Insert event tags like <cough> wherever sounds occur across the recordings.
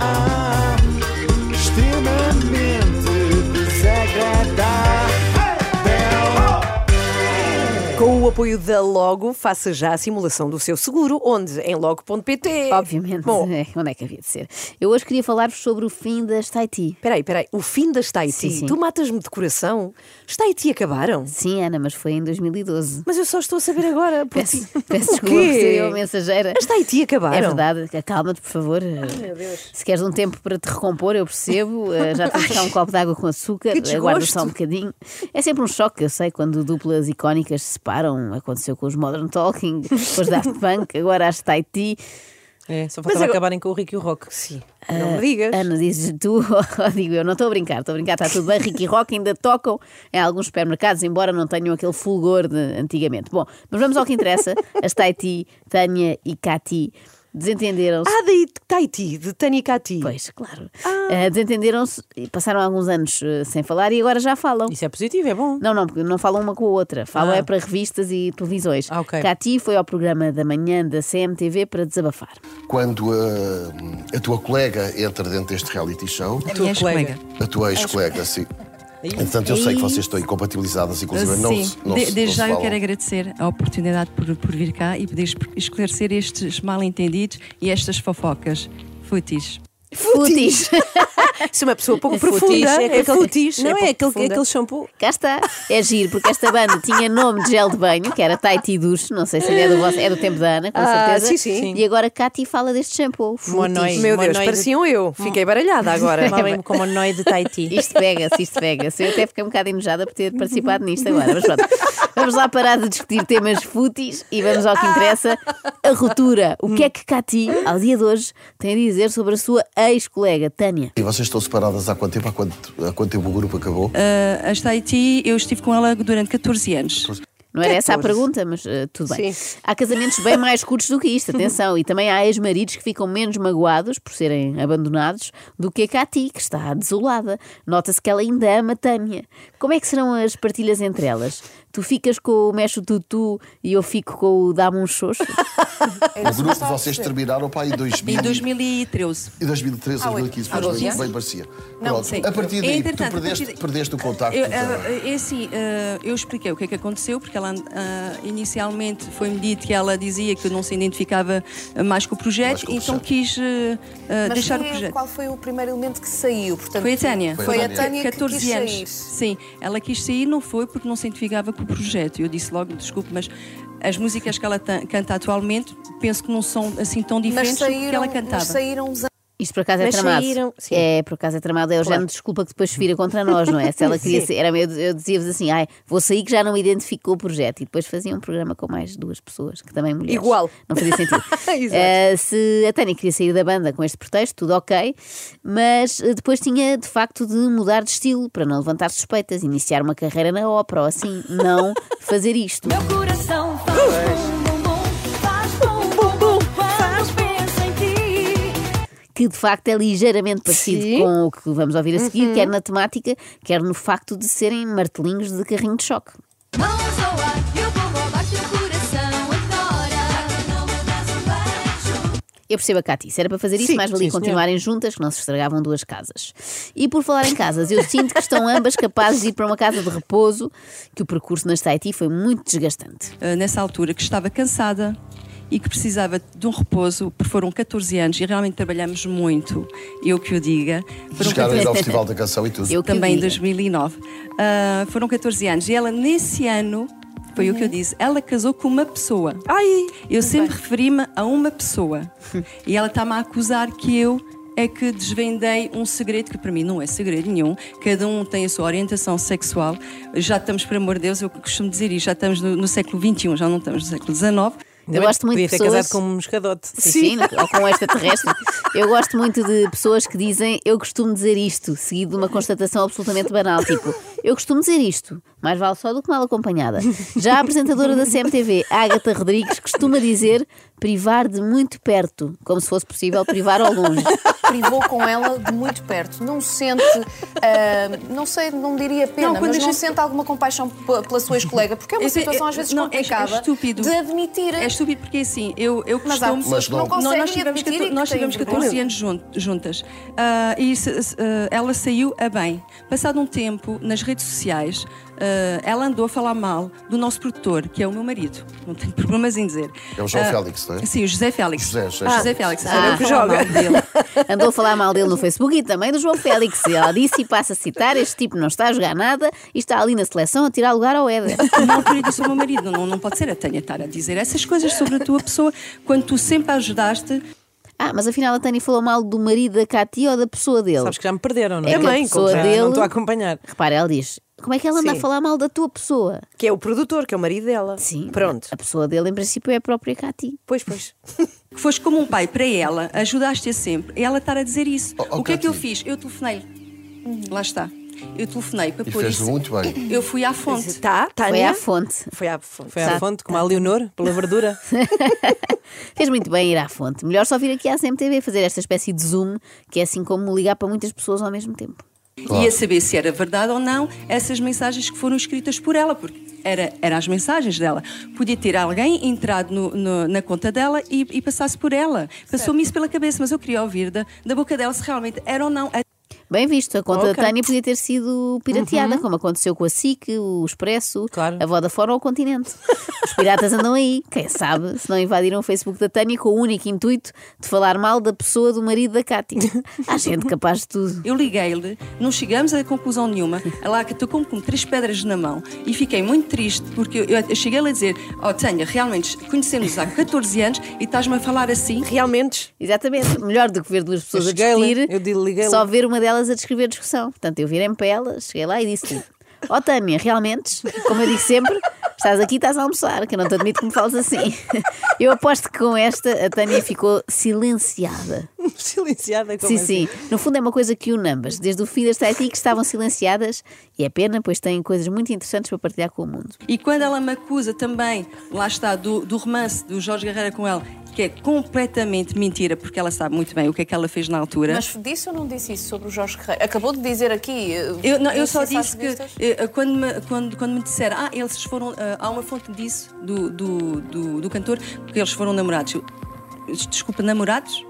Ah, extremamente desagradável. Com o apoio da Logo, faça já a simulação do seu seguro, onde? Em logo.pt. Obviamente, Bom, <laughs> é, onde é que havia de ser? Eu hoje queria falar-vos sobre o fim das Taiti. peraí, peraí. O fim das Tahiti. Sim, sim. Tu matas-me de coração? As Tahiti acabaram? Sim, Ana, mas foi em 2012. Mas eu só estou a saber agora. Porque... <laughs> Peço, peço o desculpa por ser quê? eu a mensageira. As Tahiti acabaram? É verdade, acalma-te, por favor. Se queres um tempo para te recompor, eu percebo. Eh, Já tens cá um copo de água com açúcar, Que aguarda desgosto. só um bocadinho. É sempre um choque, eu sei, quando duplas icónicas se separam. Aconteceu com os Modern Talking, com os Daft Punk, agora as Taiti. É, só faltava agora- acabarem com o Rick e o Rock. Sim. Não me digas. Ah, Ana, dizes tu, <laughs> ou digo eu, não estou a brincar, estou a brincar, está tudo bem. Rick e Rock ainda tocam em alguns supermercados, embora não tenham aquele fulgor de antigamente. Bom, mas vamos ao que interessa. As Taiti, Tânia e Cati desentenderam-se. Ah, daí Tahiti, de Tani Cati. Pois, claro. Ah. Eh, Desentenderam-se e passaram alguns anos eh, sem falar e agora já falam. Isso é positivo, é bom. Não, não, porque não falam uma com a outra. Falam Ah. é para revistas e televisões. Ah, ok. Cati foi ao programa da manhã da CMTV para desabafar. Quando eh, a, a tua colega entra dentro deste reality show, A tua colega. a tua ex-colega, sim. É Entretanto, eu sei que vocês estão incompatibilizadas, inclusive não Sim, se, não se- De- não desde se já eu falam. quero é agradecer a oportunidade por, por vir cá e poder esp- esclarecer estes mal-entendidos e estas fofocas fúteis. Futis! Se é uma pessoa pouco Futis, profunda, é é aquele- futis. Não, é, pouco aquele, profunda. aquele shampoo. Cá está. É giro, porque esta banda tinha nome de gel de banho, que era Taiti Duche, não sei se ainda é do vosso, é do tempo da Ana, com Ah, certeza. sim, sim. E agora Cati fala deste shampoo. Futis. Monoi. Meu Deus, Monoide. pareciam eu. Fiquei baralhada agora. Mamem como Noi de Tahiti. Isto pega-se, isto pega-se. Eu até fiquei um bocado enojada por ter participado nisto agora, mas pronto. Vamos lá parar de discutir temas fúteis e vamos ao que interessa: a ruptura. O que é que Cati, ao dia de hoje, tem a dizer sobre a sua ex-colega, Tânia? E vocês estão separadas há quanto tempo? Há quanto, há quanto tempo o grupo acabou? A As Tahiti, eu estive com ela durante 14 anos. Não era essa a 14. pergunta, mas eh, tudo bem. Sim. Há casamentos bem mais curtos do que isto, atenção. E também há ex-maridos que ficam menos magoados por serem abandonados do que a Cati, que está desolada. Nota-se que ela ainda ama Tânia. Como é que serão as partilhas entre elas? Tu ficas com o Mexe o Tutu e eu fico com o Dá-me um xoxo? o grupo de vocês terminaram <laughs> para aí em 2000, Em 2013. e 2013, Ah, 2015, faz doze bem, anos. bem parecia. Não, Pronto, sim. a partir daí, tu Entretanto, a perdeste, partir daí- perdeste o contacto. Eu, também. eh, é assim, eh, eu expliquei o que é que aconteceu, porque ela ah, inicialmente foi-me dito que ela dizia que não se identificava mais com o Mais projeto, com o então projeto. quis eh, eh, Mas deixar o quem é- projeto. qual foi o primeiro elemento que saiu? Portanto, Foi a Tânia. Foi Foi a a Tânia que quis anos. sair. Sim, ela quis sair, não foi porque não se identificava com o projeto. Eu disse logo, desculpe, mas as músicas que ela tan- canta atualmente, penso que não são assim tão Mas diferentes do que saíram, ela cantava. mas saíram uns Isto por acaso é Mas tramado. saíram- sim. É, por acaso é tramado. É o género de desculpa que depois se vira contra nós, não é? Se ela queria ser, era, eu, eu dizia-vos assim, ai, vou sair que já não me identificou o projeto. E depois fazia um programa com mais duas pessoas, que também mulheres. Igual. Não fazia sentido. <laughs> Exato. Eh, se a Tânia queria sair da banda com este pretexto, tudo ok, mas eh, depois tinha de facto de mudar de estilo para não levantar suspeitas, iniciar uma carreira na ópera ou assim, não fazer isto. Meu coração faz bum bum bum, faz bum bum bum, quando penso em ti. que de facto é ligeiramente parecido Sim. com o que vamos ouvir a seguir, Uhum. quer na temática, quer no facto de serem martelinhos de carrinho de choque. Mãos ao ar, eu vou roubar teu coração agora. Já que não me das um beijo. Eu percebo a Cati, se era para fazer isso, Sim, mais valia sim, senhora. continuarem juntas, que não se estragavam duas casas. E por falar em casas, eu sinto que estão ambas capazes de ir para uma casa de repouso, que o percurso nas Tahiti foi muito desgastante. eh, nessa altura que estava cansada e que precisava de um repouso, porque foram 14 anos e realmente trabalhamos muito, eu que o diga. Foram Chegaram a 14 ir ao Festival da Canção e tudo. Eu que o também em diga. 2009. Ah, foram 14 anos e ela nesse ano, foi Uhum. o que eu disse, ela casou com uma pessoa. Ai, Eu sempre referi-me a uma pessoa e ela está-me a acusar que eu é que desvendei um segredo que para mim não é segredo nenhum. Cada um tem a sua orientação sexual. Já estamos, por amor de Deus, eu costumo dizer isto, já estamos no, no século XXI, já não estamos no século XIX. Eu gosto muito de Podia ter pessoas... casado com um moscadote. Sim, sim, ou com um extraterrestre. Eu gosto muito de pessoas que dizem eu costumo dizer isto, seguido de uma constatação absolutamente banal, tipo Eu costumo dizer isto, mais vale só do que mal acompanhada. Já a apresentadora da CMTV, Ágata Rodrigues, costuma dizer privar de muito perto, como se fosse possível privar ao longe. Privou com ela de muito perto. Não sente, ah, não sei, não diria pena, Não, quando mas a não gente- sente alguma compaixão p- pela sua ex-colega, porque é uma Isso é- situação às vezes não, é- é complicada estúpido. de admitir. É estúpido porque assim, eu, eu Mas há costumo. pessoas que não Mas não- conseguem nós tivemos, admitir e que nós têm tivemos vergonha. 14 anos jun- juntas Ah, e se- se- ah, ela saiu a bem. Passado um tempo, nas redes sociais, ah, ela andou a falar mal do nosso produtor, que é o meu marido. Não tenho <laughs> problemas em dizer. É o João Ah, Félix, não é? Sim, o José Félix. José, José Félix. Félix. Ah, Ela que falou mal dele. Andou a falar mal dele no Facebook e também do João Félix. Ela disse e passa a citar: este tipo não está a jogar nada e está ali na seleção a tirar lugar ao Éder. Não, por isso o meu marido não, não pode ser a Tânia estar a dizer essas coisas sobre a tua pessoa quando tu sempre a ajudaste. Ah, mas afinal a Tânia falou mal do marido da Cati ou da pessoa dele. Sabes que já me perderam, não é? É que a Também, como pessoa já dele- não estou a acompanhar. Repara, ela diz: como é que ela anda Sim. a falar mal da tua pessoa? Que é o produtor, que é o marido dela. Sim. Pronto. A pessoa dele, em princípio, é a própria Cati. Pois, pois. que foste como um pai para ela, ajudaste-a sempre, ela estar a dizer isso. Oh, oh, o que é que eu Cátia. fiz? Eu telefonei. Lá está. Eu telefonei para E pôr fez isso. muito bem. Eu fui à fonte. Tá, Foi Tânia? à Tá. fonte. Foi à fonte. Foi à fonte, como a Leonor, pela <laughs> verdura. Fez muito bem ir à fonte. Melhor só vir aqui à CMTV fazer esta espécie de zoom, que é assim como ligar para muitas pessoas ao mesmo tempo. E a saber se era verdade ou não essas mensagens que foram escritas por ela, porque era, era as mensagens dela. Podia ter alguém entrado no- no- na conta dela e, e passasse por ela. Passou-me isso pela cabeça, mas eu queria ouvir da, da boca dela se realmente era ou não. Bem visto, a conta da Ok. Tânia podia ter sido pirateada, como aconteceu com a SIC, o Expresso, Claro. a Vodafone ou o Continente. Os piratas andam aí, quem sabe, se não invadiram o Facebook da Tânia com o único intuito de falar mal da pessoa do marido da Cátia. Há gente capaz de tudo. Eu liguei-lhe, não chegamos a conclusão nenhuma. Ela acatou-me com três pedras na mão e fiquei muito triste porque eu, eu cheguei-lhe a dizer: Oh, Tânia, realmente conhecemos há 14 anos e estás-me a falar assim. Realmente. <laughs> Exatamente, melhor do que ver duas pessoas Eu a cheguei-lhe, discutir, eu dei- liguei-lhe. só ver uma delas a descrever a discussão. Portanto, eu virei-me para ela, cheguei lá e disse-lhe: Ó Tânia, realmente, como eu digo sempre, estás aqui e estás a almoçar, que eu não te admito que me fales assim. <laughs> Eu aposto que com esta a Tânia ficou silenciada. Silenciada, como sim, assim? sim. No fundo é uma coisa que une ambas. Desde o fim das Tati que estavam silenciadas e é pena, pois têm coisas muito interessantes para partilhar com o mundo. E quando ela me acusa também, lá está, do, do romance do Jorge Guerreira com ela, que é completamente mentira, porque ela sabe muito bem o que é que ela fez na altura. Mas disse ou não disse isso sobre o Jorge Guerreiro? Acabou de dizer aqui. eh, Eu, não, eu disse só isso às disse que revistas? eh, quando me, quando, quando me disseram, ah, eles foram, ah, há uma fonte disso do, do, do, do cantor, porque eles foram namorados. Eu, Desculpa, namorados?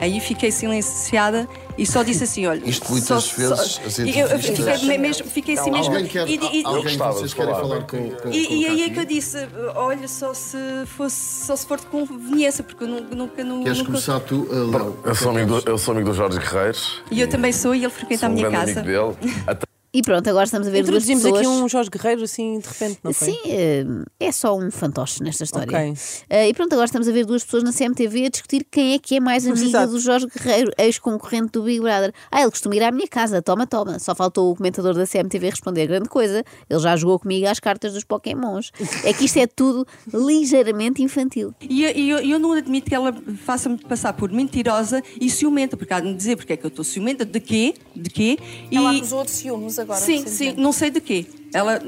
Aí fiquei silenciada e só disse assim: olha. Isto muitas só- vezes só- as e eu, eu entrevistas- fiquei, me- mesmo, fiquei assim mesmo. Alguém quer, e, e- alguém e- que gostava de vocês querem falar, falar bem com, com, e, com e aí é Cátia? que eu disse: olha, só se, fosse, só se for de conveniência, porque eu nu- nunca. nu- Queres nunca- começar tu, uh, Léo? Eu sou, amigo do, eu sou amigo do Jorge Guerreiro. E eu também sou, e ele frequenta sou a um minha grande casa. amigo dele. A Tânia E pronto, agora estamos a ver duas Introduzimos pessoas. aqui um Jorge Guerreiro assim de repente, não foi? Sim, eh, é só um fantoche nesta história. Ok. Eh, E pronto, agora estamos a ver duas pessoas na CMTV a discutir quem é que é mais amiga Exato. do Jorge Guerreiro, ex-concorrente do Big Brother. Ah, ele costuma ir à minha casa, toma, toma. Só faltou o comentador da CMTV responder grande coisa. Ele já jogou comigo às cartas dos Pokémons. É que isto é tudo ligeiramente infantil. E, eu- e eu, e eu não admito que ela faça-me passar por mentirosa e ciumenta, porque há de me dizer porque é que eu estou ciumenta, de quê? De quê? E, Ela acusou de ciúmes agora. sim, sim, recentemente. não sei de quê. Ela,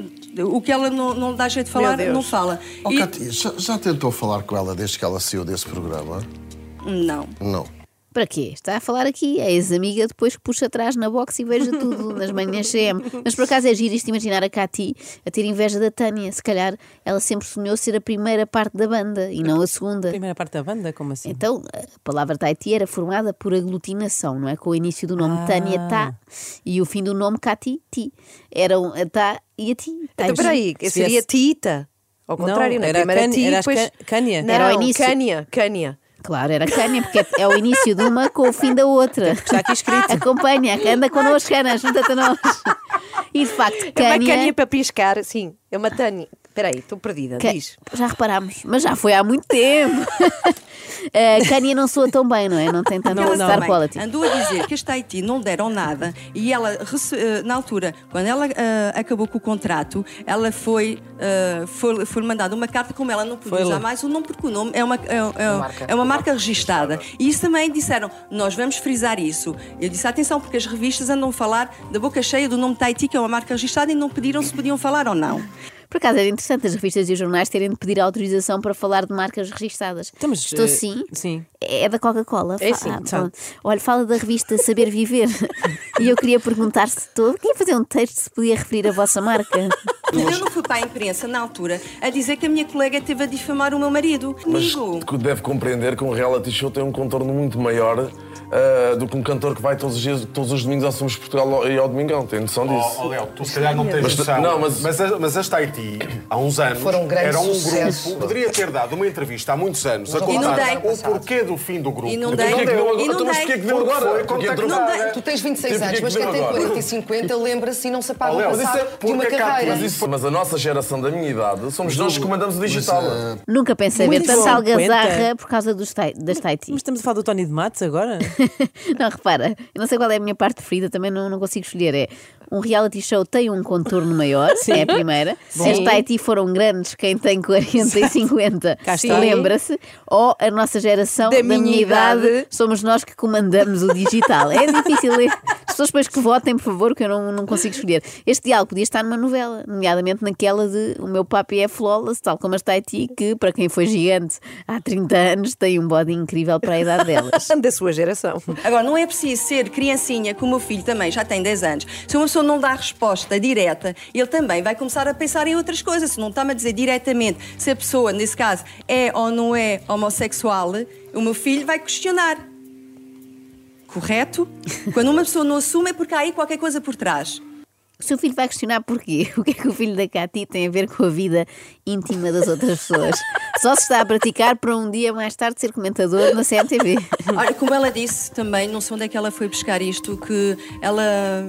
o que ela não, não dá jeito de falar, não fala. Oh, E- Cátia, já, já tentou falar com ela desde que ela saiu desse programa? não. Não. Para quê? Está a falar aqui, a ex-amiga depois que puxa atrás na box e veja tudo nas manhãs CM. Mas por acaso é giro isto imaginar a Cati a ter inveja da Tânia. Se calhar ela sempre sonhou ser a primeira parte da banda e não a segunda. Primeira parte da banda, como assim? Então, a palavra Taiti era formada por aglutinação, não é? Com o início do nome Tânia Tá e o fim do nome Cati Ti. Eram a Tá e a Ti. Então, Taiti. peraí, Se seria viesse- Tita. Ao Não, contrário, não, é? era primeiro Can- ti, era as depois... Can- Cânia. Não, Era o início. Cânia, Cânia. Claro, era Cânia, porque é- é o início de uma com o fim da outra. Está aqui escrito. Acompanha, anda connosco, Ana, junta-te a nós. E de facto, É uma Cânia. Cânia para piscar, sim. É uma Tânia. Espera aí, estou perdida. Ca- Diz. Já reparámos, mas já foi há muito tempo. <laughs> uh, Kanye não soa tão bem, não é? Não tem tanta Ela star também quality. Andou a dizer que as Tahiti não deram nada e ela, rece- eh, na altura, quando ela eh, acabou com o contrato, ela foi, eh, foi, foi mandada uma carta como ela não podia Foi usar lá. mais o nome, porque o nome é uma, é, é- é uma marca registada. E isso também disseram, nós vamos frisar isso. Eu disse, atenção, porque as revistas andam a falar da boca cheia do nome Tahiti, que é uma marca registada, e não pediram se podiam falar ou não. Por acaso era interessante as revistas e os jornais terem de pedir autorização para falar de marcas registadas. Então, mas, Estou eh, sim. sim. É da Coca-Cola. É Fa- sim, ah, tá. pronto. Olha, fala da revista Saber Viver. <laughs> e eu queria perguntar se todo. Queria fazer um texto se podia referir a vossa marca. Mas eu não fui para a imprensa, na altura, a dizer que a minha colega teve a difamar o meu marido. Mas Comigo. que deve compreender que um reality show tem um contorno muito maior ah, do que um cantor que vai todos os dias, todos os domingos ao Somos Portugal e ao Domingão. Tem noção disso? Oh, oh, Léo, tu se calhar não tens Mas- noção. não, mas- a- mas as Tahiti, há uns anos, Foram um grande era um sucesso. grupo. Poderia ter dado uma entrevista há muitos anos a não contar dei. o porquê do fim do grupo. E não Então dei. porquê que deu agora? E não Então, mas dei. porquê que deu agora? Foi Porquê contratada. entrou agora? Não dei. Tu tens 26 Tive que anos, mas quem ver tem agora. 40 e 50 lembra-se e não se apaga Oh, o Léo, mas passado isso é de uma porque é cá, carreira. Mas, isso- mas a nossa geração da minha idade somos nós que comandamos o digital. eh, Nunca pensei Muito ver tanta bom. algazarra Cinquenta. por causa dos tai- das <laughs> Tahiti. Mas estamos a falar do Tony de Matos <laughs> agora? <laughs> Não, repara, eu não sei qual é a minha parte preferida, também não, não consigo escolher. É um reality show tem um contorno maior, é a primeira. As Tahiti foram grandes, quem tem 40 e 50 Cá está. <laughs> lembra-se. Ou a nossa geração, da, Da minha, minha idade, idade. somos nós que comandamos o digital. É difícil ler. As pessoas depois que votem, por favor, que eu não, não consigo escolher. Este diálogo podia estar numa novela, nomeadamente naquela de O meu papi é flawless, tal como as Tahiti, que para quem foi gigante há 30 anos tem um body incrível para a idade delas. Da sua geração. Agora, não é preciso ser criancinha, como o meu filho também já tem 10 anos. Se uma pessoa não dá resposta direta, ele também vai começar a pensar em outras coisas. Se não está-me a dizer diretamente se a pessoa, nesse caso, é ou não é homossexual, o meu filho vai questionar. <laughs> Correto? Quando uma pessoa não assume é porque há aí qualquer coisa por trás. O seu filho vai questionar porquê. <laughs> O que é que o filho da Cati tem a ver com a vida íntima das outras pessoas? Só se está a praticar para um dia mais tarde ser comentador na CMTV. Olha, como ela disse também, não sei onde é que ela foi buscar isto, que ela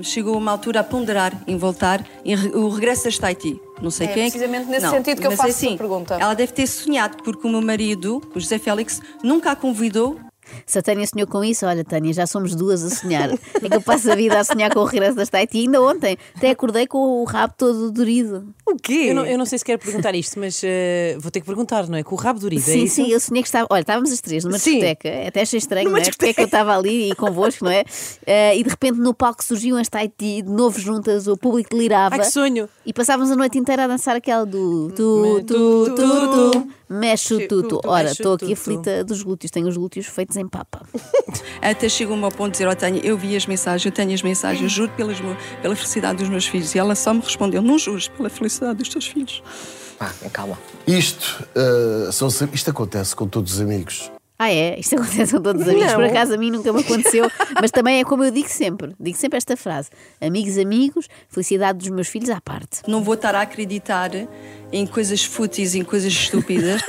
chegou a uma altura a ponderar em voltar em re- o regresso das Tahiti. Não sei É, quem. precisamente nesse sentido que eu mas faço é essa pergunta. Ela deve ter sonhado, porque o meu marido, o José Félix, nunca a convidou. Se a Tânia sonhou com isso, olha, Tânia, já somos duas a sonhar. É que eu passo a vida a sonhar com o regresso das Tahiti. E Ainda ontem até acordei com o rabo todo dorido. O quê? Eu não, eu não sei se quero perguntar isto, mas eh, vou ter que perguntar, não é? Com o rabo durido, é Sim, isso? sim, eu sonhei que estava. Olha, estávamos as três numa Sim. discoteca, até achei estranho, Numa não é? Porque é que eu estava ali e convosco, não é? Eh, e de repente no palco surgiam as Tahiti de novo juntas, o público delirava. Ai, que sonho! E passávamos a noite inteira a dançar aquela do tu, tu, tu, tu, mexe o tutu. Ora, estou aqui aflita dos glúteos, tenho os glúteos feitos em papa. Até chegou-me ao ponto de dizer: Ó, Tânia, eu vi as mensagens, eu tenho as mensagens, juro pelas, mo- pela felicidade dos meus filhos. E ela só me respondeu: Não juros pela felicidade dos teus filhos. Pá, calma. Isto, ah, são sempre- isto acontece com todos os amigos. Ah, é? Isto acontece com todos os amigos. Por acaso a mim nunca me aconteceu, mas também é como eu digo sempre: digo sempre esta frase: amigos, amigos, felicidade dos meus filhos à parte. Não vou estar a acreditar em coisas fúteis, em coisas estúpidas.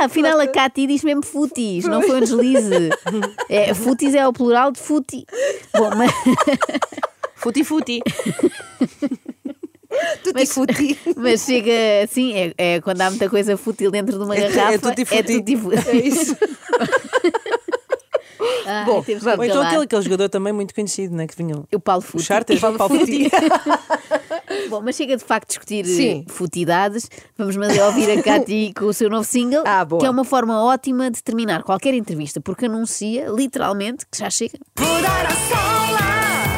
Ah, afinal a Cati diz mesmo futis, não foi um deslize. É, futis é o plural de futi. Bom, mas. Futi futi. Tutti Mas- futi. <laughs> Mas chega assim, é, é quando há muita coisa fútil dentro de uma É- é garrafa. tutti-frutti. tutti-frutti. É isso. <laughs> Ai, Bom, temos que vamos. Ou então acabar. aquele, aquele jogador também muito conhecido, não é? Que <laughs> vinham. O Paulo O Futi. charter para o Paulo Futi. <laughs> Bom, mas chega de facto discutir Sim. eh, futidades. Vamos mas é ouvir a Cati com o seu novo single, Ah, boa. que é uma forma ótima de terminar qualquer entrevista, porque anuncia literalmente que já chega. Vou dar a sola,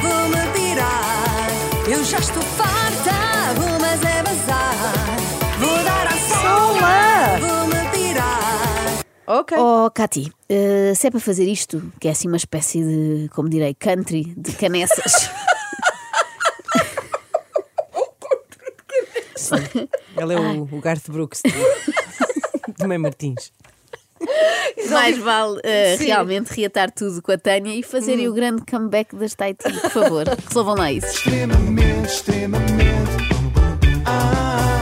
vou me tirar. Eu já estou farta, vou mas é bazar. <laughs> Vou dar a sola, vou me tirar. Ok. Oh, Cati, eh, se é para fazer isto, que é assim uma espécie de, como direi, country de canessas. Ele é o, o Garth Brooks de, <laughs> de Mãe Martins. Mais vale eh, realmente reatar tudo com a Tânia e fazerem o grande comeback das Tahiti, por favor. Resolvam lá isso. Extremamente, extremamente. Ah,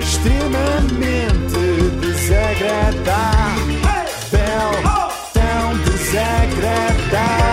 extremamente desagradável. Tão desagradável.